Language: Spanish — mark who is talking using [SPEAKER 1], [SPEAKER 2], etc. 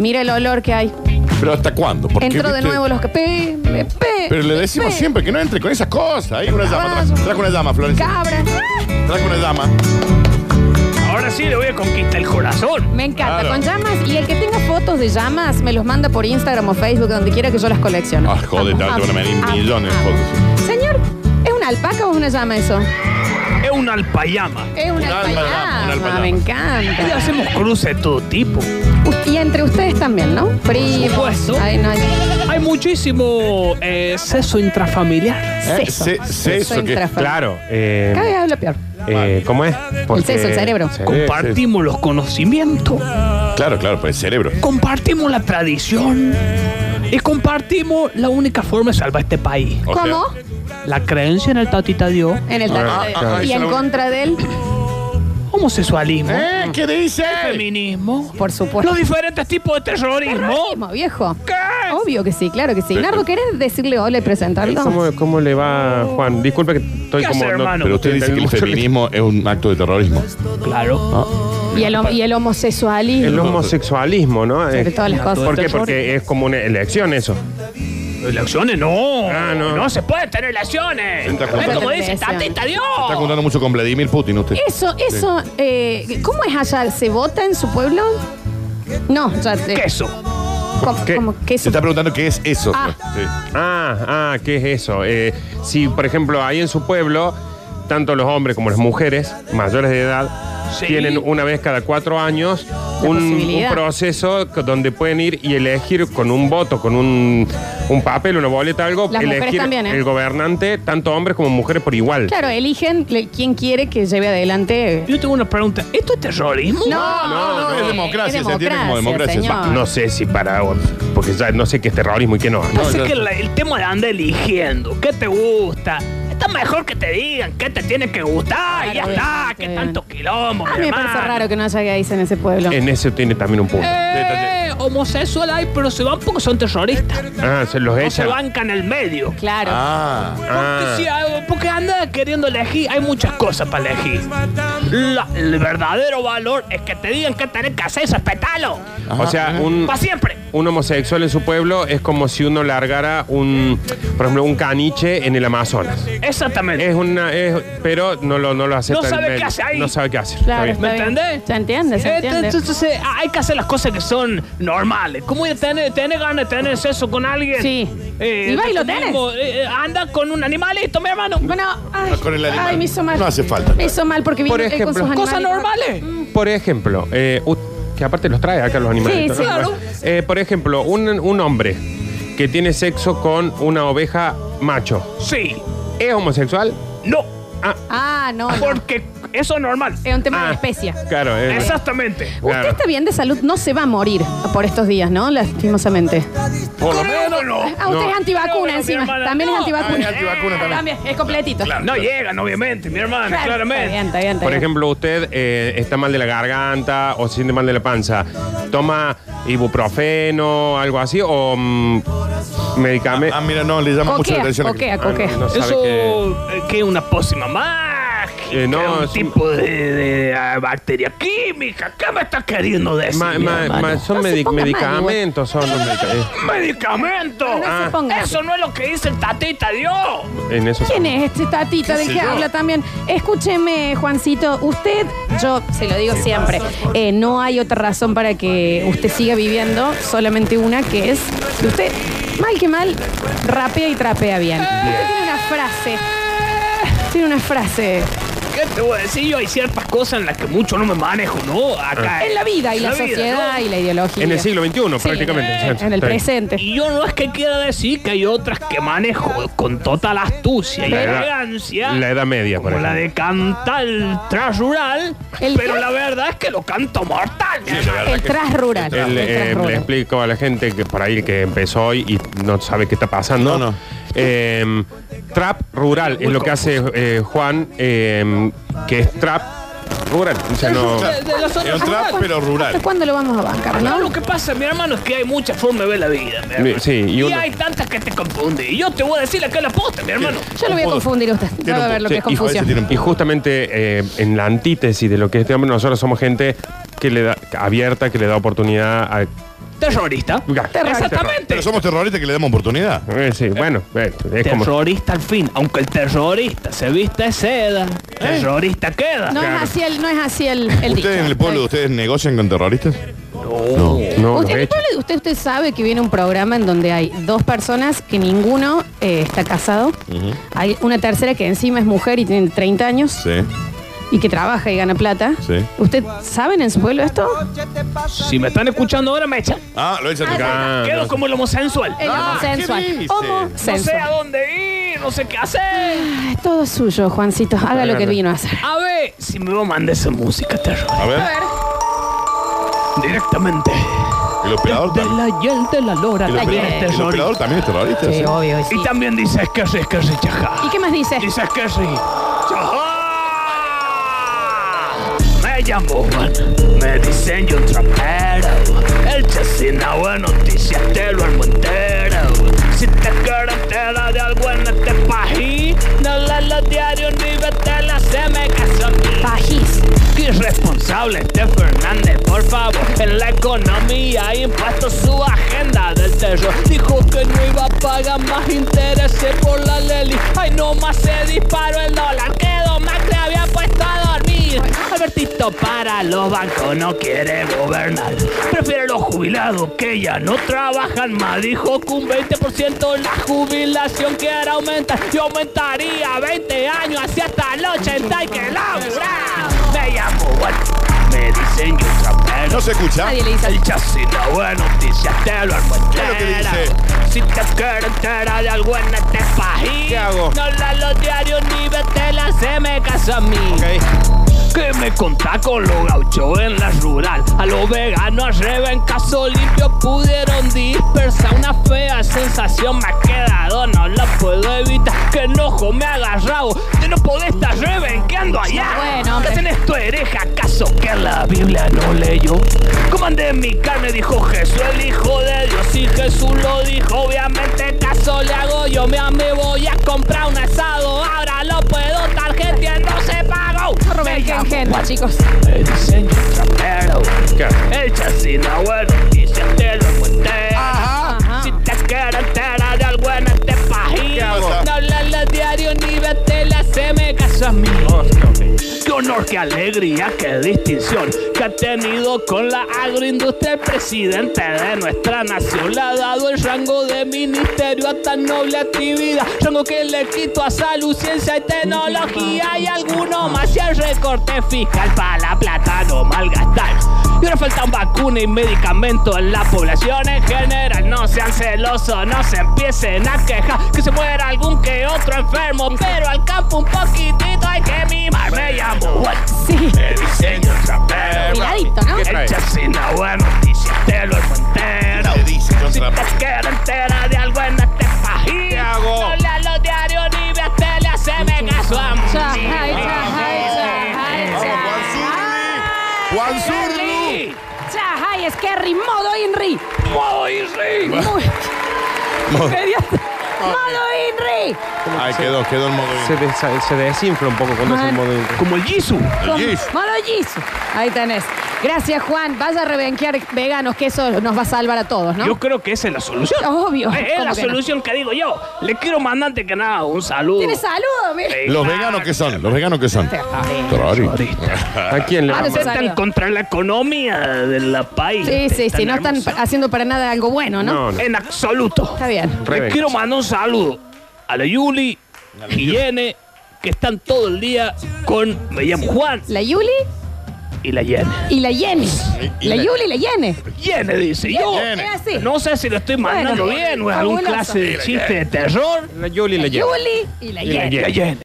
[SPEAKER 1] Mira el olor que hay.
[SPEAKER 2] ¿Pero hasta cuándo? Porque,
[SPEAKER 1] Entró de
[SPEAKER 2] viste,
[SPEAKER 1] nuevo los que. Pe, pe, pe,
[SPEAKER 2] Pero le decimos
[SPEAKER 1] pe.
[SPEAKER 2] siempre que no entre con esas cosas. Hay una llama.
[SPEAKER 1] Caballo.
[SPEAKER 2] Trajo trajo una llama, Flores.
[SPEAKER 1] Cabra.
[SPEAKER 2] Trajo una llama.
[SPEAKER 3] Ahora sí le voy a conquistar el corazón.
[SPEAKER 1] Me encanta.
[SPEAKER 2] Claro.
[SPEAKER 1] Con llamas. Y el que tenga fotos de llamas, me los manda por Instagram o Facebook, donde quiera que yo las coleccione.
[SPEAKER 2] Ah, joder,
[SPEAKER 1] Amo,
[SPEAKER 2] te van a venir
[SPEAKER 1] amo,
[SPEAKER 2] millones de
[SPEAKER 1] amo.
[SPEAKER 2] fotos.
[SPEAKER 1] Señor, ¿es una alpaca o es una llama eso?
[SPEAKER 3] Es un alpayama.
[SPEAKER 1] Es una,
[SPEAKER 2] Una
[SPEAKER 1] alpayama.
[SPEAKER 2] alpayama, una alpayama.
[SPEAKER 1] Me
[SPEAKER 3] Y
[SPEAKER 1] encanta.
[SPEAKER 3] hacemos cruces de todo tipo.
[SPEAKER 1] Ust- Y entre ustedes también, ¿no? Primos.
[SPEAKER 3] supuesto.
[SPEAKER 1] Ay, no,
[SPEAKER 2] Eh,
[SPEAKER 1] hay-
[SPEAKER 3] Hay muchísimo eh, sexo intrafamiliar.
[SPEAKER 2] Eh,
[SPEAKER 1] Seso.
[SPEAKER 2] se- seso que-
[SPEAKER 1] intrafamiliar.
[SPEAKER 4] Claro. Eh,
[SPEAKER 1] Cada vez hablo peor.
[SPEAKER 4] eh, ¿Cómo es?
[SPEAKER 1] sexo, el cerebro.
[SPEAKER 4] Sí, Eh, sí.
[SPEAKER 3] Compartimos los conocimientos,
[SPEAKER 2] Claro, claro, por el cerebro.
[SPEAKER 3] compartimos la tradición y compartimos la única forma de salvar este país.
[SPEAKER 2] O sea,
[SPEAKER 1] ¿Cómo?
[SPEAKER 3] La creencia en el tatita Dios,
[SPEAKER 1] En el
[SPEAKER 4] Ah,
[SPEAKER 1] tatito.
[SPEAKER 4] ah,
[SPEAKER 1] Y
[SPEAKER 2] ah,
[SPEAKER 1] en
[SPEAKER 2] ah,
[SPEAKER 1] contra de él,
[SPEAKER 3] homosexualismo,
[SPEAKER 2] ¿Eh? ¿Qué dice?
[SPEAKER 3] feminismo,
[SPEAKER 1] por supuesto.
[SPEAKER 3] los diferentes tipos de terrorismo.
[SPEAKER 1] Mismo, viejo.
[SPEAKER 3] ¿Qué?
[SPEAKER 1] Obvio que sí, claro que sí.
[SPEAKER 2] Pero-
[SPEAKER 1] Nardo, ¿querés decirle hola y presentarlo?
[SPEAKER 4] ¿Cómo, cómo le va, Juan? Disculpe que estoy
[SPEAKER 3] ¿Qué
[SPEAKER 4] como.
[SPEAKER 3] hace, hermano?
[SPEAKER 2] Pero usted dice que el feminismo es un acto de terrorismo.
[SPEAKER 3] Claro.
[SPEAKER 1] Y el, hom- y el homosexualismo.
[SPEAKER 4] El homosexualismo, ¿no?
[SPEAKER 1] Sobre
[SPEAKER 4] Eh,
[SPEAKER 1] todas las cosas.
[SPEAKER 4] ¿Por qué? Porque es como una elección eso.
[SPEAKER 3] Elecciones no.
[SPEAKER 4] Ah, no.
[SPEAKER 3] no. se puede tener elecciones.
[SPEAKER 2] Está
[SPEAKER 3] Es como
[SPEAKER 1] juntando-
[SPEAKER 3] dice tatita
[SPEAKER 2] Está
[SPEAKER 4] Oh.
[SPEAKER 3] Dios.
[SPEAKER 2] contando mucho con Vladimir Putin usted.
[SPEAKER 1] Eso, eso, eh, ¿cómo es allá? ¿Se vota en su pueblo? No, ya te.
[SPEAKER 3] Queso.
[SPEAKER 1] ¿Cómo,
[SPEAKER 4] ¿Qué?
[SPEAKER 1] cómo que
[SPEAKER 2] Se
[SPEAKER 1] eso?
[SPEAKER 2] está preguntando qué es eso.
[SPEAKER 1] Ah.
[SPEAKER 2] Sí.
[SPEAKER 4] Ah, ah, ¿qué es eso? Eh, si, por ejemplo, ahí en su pueblo, tanto los hombres como las mujeres mayores de edad
[SPEAKER 3] Sí.
[SPEAKER 4] tienen una vez cada cuatro años un,
[SPEAKER 1] posibilidad.
[SPEAKER 4] un proceso c- donde pueden ir y elegir con un voto, con un, un papel, una boleta, algo,
[SPEAKER 1] Las mujeres
[SPEAKER 4] elegir
[SPEAKER 1] también, ¿eh?
[SPEAKER 4] el gobernante, tanto hombres como mujeres por igual.
[SPEAKER 1] Claro, eligen le- quién quiere que lleve adelante.
[SPEAKER 3] Yo tengo una pregunta. ¿Esto es terrorismo?
[SPEAKER 2] no, no, es democracia, se entiende como democracia,
[SPEAKER 1] señor.
[SPEAKER 4] No sé si para. Porque ya no sé qué es terrorismo y qué no. ¿no?
[SPEAKER 3] Pasa
[SPEAKER 4] Yo-
[SPEAKER 3] que la- el tema de anda eligiendo. ¿Qué te gusta? Está mejor que te digan qué te tiene que gustar. y ya
[SPEAKER 1] Claro,
[SPEAKER 3] está.
[SPEAKER 1] bien,
[SPEAKER 3] ¿Qué
[SPEAKER 1] bien.
[SPEAKER 3] tanto quilombo?
[SPEAKER 1] A
[SPEAKER 3] mi
[SPEAKER 1] mí me parece
[SPEAKER 3] hermano?
[SPEAKER 1] raro que no haya gays en ese pueblo.
[SPEAKER 4] En eso tiene también un punto.
[SPEAKER 3] Eh, homosexual hay, pero se van porque son terroristas.
[SPEAKER 4] Ah, se los
[SPEAKER 3] No se
[SPEAKER 4] echan.
[SPEAKER 3] bancan el medio.
[SPEAKER 1] Claro.
[SPEAKER 2] Ah.
[SPEAKER 3] Porque, si hay- porque anda queriendo elegir, hay muchas cosas para elegir. La- el verdadero valor es que te digan qué tenés que hacer, respetalo.
[SPEAKER 4] O
[SPEAKER 1] Ah.
[SPEAKER 4] sea, un,
[SPEAKER 3] Para siempre.
[SPEAKER 4] un homosexual en su pueblo es como si uno largara un, por ejemplo, un caniche en el Amazonas.
[SPEAKER 3] Exactamente.
[SPEAKER 4] Es una, es- pero no lo, no lo acepta. el
[SPEAKER 3] sabe qué
[SPEAKER 4] medio.
[SPEAKER 3] hace ahí.
[SPEAKER 4] No sabe qué hacer.
[SPEAKER 1] Claro,
[SPEAKER 4] Está bien.
[SPEAKER 1] está bien.
[SPEAKER 3] entendés?
[SPEAKER 1] Se entiende, se
[SPEAKER 3] Ent-
[SPEAKER 1] entiende.
[SPEAKER 3] Entonces ah, hay que hacer las cosas que son normales. ¿Cómo ya tener, tener ganas de tener sexo con alguien?
[SPEAKER 1] Sí. Y va y lo tenés.
[SPEAKER 3] como, eh, eh, anda con un animalito, mi hermano.
[SPEAKER 1] Bueno, ay,
[SPEAKER 2] Con el animal.
[SPEAKER 1] ay, me hizo mal.
[SPEAKER 2] No hace falta.
[SPEAKER 1] Me hizo mal porque vino
[SPEAKER 4] Por
[SPEAKER 1] él con
[SPEAKER 4] ejemplo.
[SPEAKER 1] sus animales.
[SPEAKER 3] Cosas normales.
[SPEAKER 4] Por ejemplo, eh, ut- que aparte los trae acá los animales. Eh,
[SPEAKER 1] Sí, sí, claro.
[SPEAKER 4] por ejemplo, un, un hombre que tiene sexo con una oveja macho,
[SPEAKER 3] Sí.
[SPEAKER 4] ¿es homosexual?
[SPEAKER 3] No.
[SPEAKER 4] Ah,
[SPEAKER 1] Ah, no, no.
[SPEAKER 3] Porque eso es normal.
[SPEAKER 1] Es un tema de
[SPEAKER 4] Ah.
[SPEAKER 1] la especie.
[SPEAKER 4] claro. eh.
[SPEAKER 3] Exactamente.
[SPEAKER 1] Usted
[SPEAKER 4] Claro.
[SPEAKER 1] está bien de salud, no se va a morir por estos días, ¿no? Lastimosamente.
[SPEAKER 2] Por lo menos.
[SPEAKER 3] no.
[SPEAKER 1] Ah, usted
[SPEAKER 4] No.
[SPEAKER 1] es antivacuna
[SPEAKER 3] Pero, pero, mi
[SPEAKER 1] encima.
[SPEAKER 3] hermana,
[SPEAKER 1] También es
[SPEAKER 3] no.
[SPEAKER 1] antivacuna.
[SPEAKER 2] Ah, es antivacuna también.
[SPEAKER 1] Es completito.
[SPEAKER 3] No llegan, obviamente, mi hermano,
[SPEAKER 1] Claro,
[SPEAKER 3] claramente.
[SPEAKER 1] Está bien, está bien, está
[SPEAKER 4] Por
[SPEAKER 1] bien.
[SPEAKER 4] ejemplo, usted eh, está mal de la garganta o se siente mal de la panza. ¿Toma ibuprofeno, algo así? ¿O mm, medicamento?
[SPEAKER 2] Ah, mira, no, le llama mucho la
[SPEAKER 1] Coquea,
[SPEAKER 2] atención.
[SPEAKER 1] coquea, coquea.
[SPEAKER 4] no sabe
[SPEAKER 3] Eso
[SPEAKER 4] qué-
[SPEAKER 3] eh, que es una pócima mágica,
[SPEAKER 4] Eh, no,
[SPEAKER 3] un
[SPEAKER 4] es un-
[SPEAKER 3] tipo de, de, ah, bacteria química. ¿Qué me estás queriendo decir?
[SPEAKER 4] Ma-
[SPEAKER 3] mi
[SPEAKER 4] ma-
[SPEAKER 3] hermano?
[SPEAKER 4] ma- son
[SPEAKER 1] No se
[SPEAKER 4] medi-
[SPEAKER 1] ponga mal,
[SPEAKER 4] medicamentos, son los eh, medicamentos.
[SPEAKER 3] ¡Medicamento!
[SPEAKER 1] No se
[SPEAKER 3] Ah.
[SPEAKER 1] ponga.
[SPEAKER 3] Eso no es lo que dice el tatita, Dios.
[SPEAKER 4] En eso.
[SPEAKER 1] ¿Quién es este tatita del
[SPEAKER 2] sé
[SPEAKER 1] que
[SPEAKER 2] yo?
[SPEAKER 1] habla también? Escúcheme, Juancito, usted, yo se lo digo siempre, eh, no hay otra razón para que usted siga viviendo, solamente una que es que usted, mal que mal, rapea y trapea bien. Usted tiene una frase, tiene una frase
[SPEAKER 3] ¿Qué te voy a decir? Yo hay ciertas cosas en las que mucho no me manejo, ¿no? Acá.
[SPEAKER 1] Ah. en la vida y la,
[SPEAKER 3] vida,
[SPEAKER 1] sociedad
[SPEAKER 3] ¿no?
[SPEAKER 1] y la ideología.
[SPEAKER 4] En el siglo XXI,
[SPEAKER 1] Sí,
[SPEAKER 4] prácticamente.
[SPEAKER 1] En el
[SPEAKER 4] Está bien.
[SPEAKER 1] presente.
[SPEAKER 3] Y yo no es que quiera decir que hay otras que manejo con total astucia y
[SPEAKER 4] La edad-
[SPEAKER 3] elegancia.
[SPEAKER 4] la edad media, por
[SPEAKER 3] Como la de
[SPEAKER 4] ejemplo.
[SPEAKER 3] cantar tras rural.
[SPEAKER 1] El
[SPEAKER 3] Pero
[SPEAKER 1] qué?
[SPEAKER 3] la verdad es que lo canto mortal. mi hermano.
[SPEAKER 1] El tras rural.
[SPEAKER 4] El,
[SPEAKER 1] el tras
[SPEAKER 4] eh,
[SPEAKER 1] rural.
[SPEAKER 4] le explico a la gente que por ahí que empezó hoy y no sabe qué está pasando.
[SPEAKER 2] No, no.
[SPEAKER 4] Eh, trap rural es lo que hace eh, Juan, eh, que es trap rural. O sea, no-
[SPEAKER 3] De- de la zona
[SPEAKER 2] Es un trap,
[SPEAKER 3] rural.
[SPEAKER 2] pero rural.
[SPEAKER 1] ¿Hasta cuándo lo vamos a bancar,
[SPEAKER 3] No,
[SPEAKER 1] no?
[SPEAKER 3] lo que pasa, mi hermano, es que hay muchas formas de ver la vida. mi hermano.
[SPEAKER 4] Sí, y
[SPEAKER 3] y
[SPEAKER 4] uno-
[SPEAKER 3] hay tantas que te confunden. Y yo te voy a decir la que es la posta, mi hermano.
[SPEAKER 1] Yo lo voy a confundir a usted. Ya va a ver lo que es
[SPEAKER 4] Sí, y ju-
[SPEAKER 1] confusión.
[SPEAKER 4] Y justamente eh, en la antítesis de lo que es este hombre, nosotros somos gente que le da que abierta, que le da oportunidad a
[SPEAKER 3] Terrorista.
[SPEAKER 4] Terrorista.
[SPEAKER 3] Exactamente.
[SPEAKER 2] Pero somos terroristas que le damos oportunidad.
[SPEAKER 4] Eh, sí, bueno, eh, es como.
[SPEAKER 3] Terrorista al fin, aunque el terrorista se vista de seda, terrorista queda.
[SPEAKER 1] Eh. No es
[SPEAKER 4] Claro.
[SPEAKER 1] así el, no es así el, el dicho.
[SPEAKER 2] ¿Ustedes en el pueblo de ustedes negocian con terroristas?
[SPEAKER 3] No.
[SPEAKER 4] No,
[SPEAKER 1] Usted,
[SPEAKER 4] los
[SPEAKER 1] en el
[SPEAKER 4] hechos.
[SPEAKER 1] pueblo de usted, usted sabe que viene un programa en donde hay dos personas que ninguno eh, está casado. Hay una tercera que encima es mujer y tiene 30 años
[SPEAKER 2] Sí.
[SPEAKER 1] y que trabaja y gana plata.
[SPEAKER 2] Sí.
[SPEAKER 1] ¿Usted saben en su pueblo esto?
[SPEAKER 3] Si me están escuchando ahora, me echan.
[SPEAKER 2] Ah, lo echan de casa.
[SPEAKER 4] Ah,
[SPEAKER 3] Quedo
[SPEAKER 4] no.
[SPEAKER 3] como el homosensual.
[SPEAKER 1] El
[SPEAKER 2] Ah, ¿qué
[SPEAKER 1] homosensual.
[SPEAKER 2] dice?
[SPEAKER 3] No sé a
[SPEAKER 1] Homosensual.
[SPEAKER 3] dónde ir, no sé qué hacer.
[SPEAKER 1] Es todo suyo, Juancito. Haga lo que vino a hacer.
[SPEAKER 3] A ver, si me va a mandar esa música terror.
[SPEAKER 2] A ver,
[SPEAKER 3] Directamente.
[SPEAKER 2] el operador
[SPEAKER 3] De
[SPEAKER 2] también.
[SPEAKER 3] la yel de la lora
[SPEAKER 2] El
[SPEAKER 3] también es
[SPEAKER 2] operador, el operador
[SPEAKER 3] terrorista.
[SPEAKER 2] también es terrorista. sí.
[SPEAKER 1] obvio. sí.
[SPEAKER 3] Y también dice es que sí, es que sí,
[SPEAKER 1] ¿Y
[SPEAKER 3] chaja.
[SPEAKER 1] qué más dice?
[SPEAKER 3] Dice es que sí. Chaja. Me llamo Juan, me dicen yo un trapero. El chasina buena noticia te lo armo entero. Si te quieres te la de algo en este país, no lees los diarios ni vete la se me casó a mí.
[SPEAKER 1] Pajis.
[SPEAKER 3] Qué irresponsable este Fernández, por favor. En la economía ha impuesto su agenda del terror. Dijo que no iba a pagar más intereses por la Leli. Ay, no más se disparó el dólar. Quedó Macri había puesto a dormir. Albertito para los bancos no quiere gobernar. Prefiere los jubilados que ya no trabajan más. Dijo que un 20% la jubilación quiere aumentar. Yo aumentaría 20 años hacia hasta el 80 y que laburar. Me llamo Juan, me dicen yo trapero.
[SPEAKER 2] No se escucha.
[SPEAKER 1] Nadie le dice al
[SPEAKER 3] El chasis la buena noticia te lo armo
[SPEAKER 2] es lo que
[SPEAKER 3] entera.
[SPEAKER 2] dice?
[SPEAKER 3] Si te quieres enterar de algo en este país
[SPEAKER 4] ¿Qué hago?
[SPEAKER 3] No leas los diarios ni vete la se me casa a mí
[SPEAKER 4] Ok.
[SPEAKER 3] que me contá con los gauchos en la rural. A los veganos en caso limpio pudieron dispersar una fea sensación. Me ha quedado, no la puedo evitar. Que enojo me ha agarrado de no poder estar rebenqueando allá.
[SPEAKER 1] Bueno, hombre.
[SPEAKER 3] ¿Qué tenés tu hereja? ¿Acaso que la Biblia no leyó? Comandé mi carne, dijo Jesús, el hijo de Dios. Y Jesús lo dijo, obviamente caso le hago yo. Mira, me voy a comprar un asado. Ahora lo puedo tarjetear, no se pagó.
[SPEAKER 1] No roben
[SPEAKER 3] Me
[SPEAKER 1] que
[SPEAKER 3] llamo
[SPEAKER 1] gente,
[SPEAKER 3] Juan,
[SPEAKER 1] chicos.
[SPEAKER 3] El diseño trapero.
[SPEAKER 4] ¿Qué?
[SPEAKER 3] El chasis no bueno y se te lo cuente.
[SPEAKER 1] Ajá.
[SPEAKER 3] Si te quieres enterar de algo en este país,
[SPEAKER 2] hago?
[SPEAKER 3] no hablas los diarios ni vete la se me caso a mí. Qué honor, qué alegría, qué distinción que ha tenido con la agroindustria el presidente de nuestra nación. Le ha dado el rango de ministerio a tan noble actividad. Rango que le quito a salud, ciencia y tecnología y alguno más. Y el recorte fiscal para la plata no malgastar. Y ahora faltan vacunas y medicamentos en la población en general. No sean celosos, no se empiecen a quejar. Que se muera algún que otro enfermo. Pero al campo un poquitito hay que mimar. Me llamo Juan.
[SPEAKER 1] Sí.
[SPEAKER 3] El diseño trapero.
[SPEAKER 1] Miradito, ¿no?
[SPEAKER 4] ¿Qué trae?
[SPEAKER 3] El chasina buena noticia te lo armo entero.
[SPEAKER 2] Le dice
[SPEAKER 3] Si
[SPEAKER 2] contra-
[SPEAKER 3] te quieres enterar de algo en este país,
[SPEAKER 4] ¿Qué hago?
[SPEAKER 3] no leas los diarios ni veas tele, haceme caso a mí.
[SPEAKER 1] Chajay, chajay, chajay,
[SPEAKER 2] Juan Zurli. Juan Zurli.
[SPEAKER 1] Chajay, es que modo Inri.
[SPEAKER 3] ¡Modo Inri!
[SPEAKER 1] Muy. Inmediato. Modo Inri.
[SPEAKER 2] Ay, quedó, quedó el modo.
[SPEAKER 4] Se, desa- se desinfla un poco cuando es el
[SPEAKER 1] Man.
[SPEAKER 4] modo. de-
[SPEAKER 3] Como el Jisoo.
[SPEAKER 1] Con-
[SPEAKER 2] Yes.
[SPEAKER 1] Modo Jisoo. Ahí tenés. Gracias, Juan. Vas a rebenquear veganos, que eso nos va a salvar a todos, ¿no?
[SPEAKER 3] Yo creo que esa es la solución.
[SPEAKER 1] Obvio.
[SPEAKER 3] Es, es
[SPEAKER 1] ¿Cómo
[SPEAKER 3] la
[SPEAKER 1] que no?
[SPEAKER 3] solución que digo yo. Le quiero mandar antes que nada un saludo.
[SPEAKER 1] Tiene saludo, mira.
[SPEAKER 3] Eh,
[SPEAKER 2] Los
[SPEAKER 3] ah,
[SPEAKER 2] veganos que son, los veganos que son. Terroristas.
[SPEAKER 4] ¿A quién le
[SPEAKER 1] Ah,
[SPEAKER 4] va a
[SPEAKER 1] no sé.
[SPEAKER 4] mandar?
[SPEAKER 3] Atentan contra la economía de la país.
[SPEAKER 1] Sí, sí,
[SPEAKER 3] Tan
[SPEAKER 1] sí. No están
[SPEAKER 3] hermoso.
[SPEAKER 1] haciendo para nada algo bueno, ¿no?
[SPEAKER 4] No, no.
[SPEAKER 3] En absoluto.
[SPEAKER 1] Está bien.
[SPEAKER 3] Le
[SPEAKER 4] Rebeca.
[SPEAKER 3] quiero mandar un saludo a la Yuli, Yene, que están todo el día con, me llamo Juan,
[SPEAKER 1] La Yuli
[SPEAKER 3] y la Yene.
[SPEAKER 1] y la Yeni.
[SPEAKER 2] Y- y
[SPEAKER 1] La
[SPEAKER 2] la-
[SPEAKER 1] Yuli y la Yene.
[SPEAKER 3] Yene dice, yo
[SPEAKER 2] Yene.
[SPEAKER 1] Es así.
[SPEAKER 3] no sé si lo estoy mandando
[SPEAKER 1] Bueno,
[SPEAKER 3] bien o es algún
[SPEAKER 1] fabuloso.
[SPEAKER 3] clase de chiste de terror.
[SPEAKER 4] La Yoli
[SPEAKER 1] La
[SPEAKER 4] le lleva.
[SPEAKER 1] Yuli y la
[SPEAKER 4] la
[SPEAKER 1] Yene.
[SPEAKER 3] La Yene.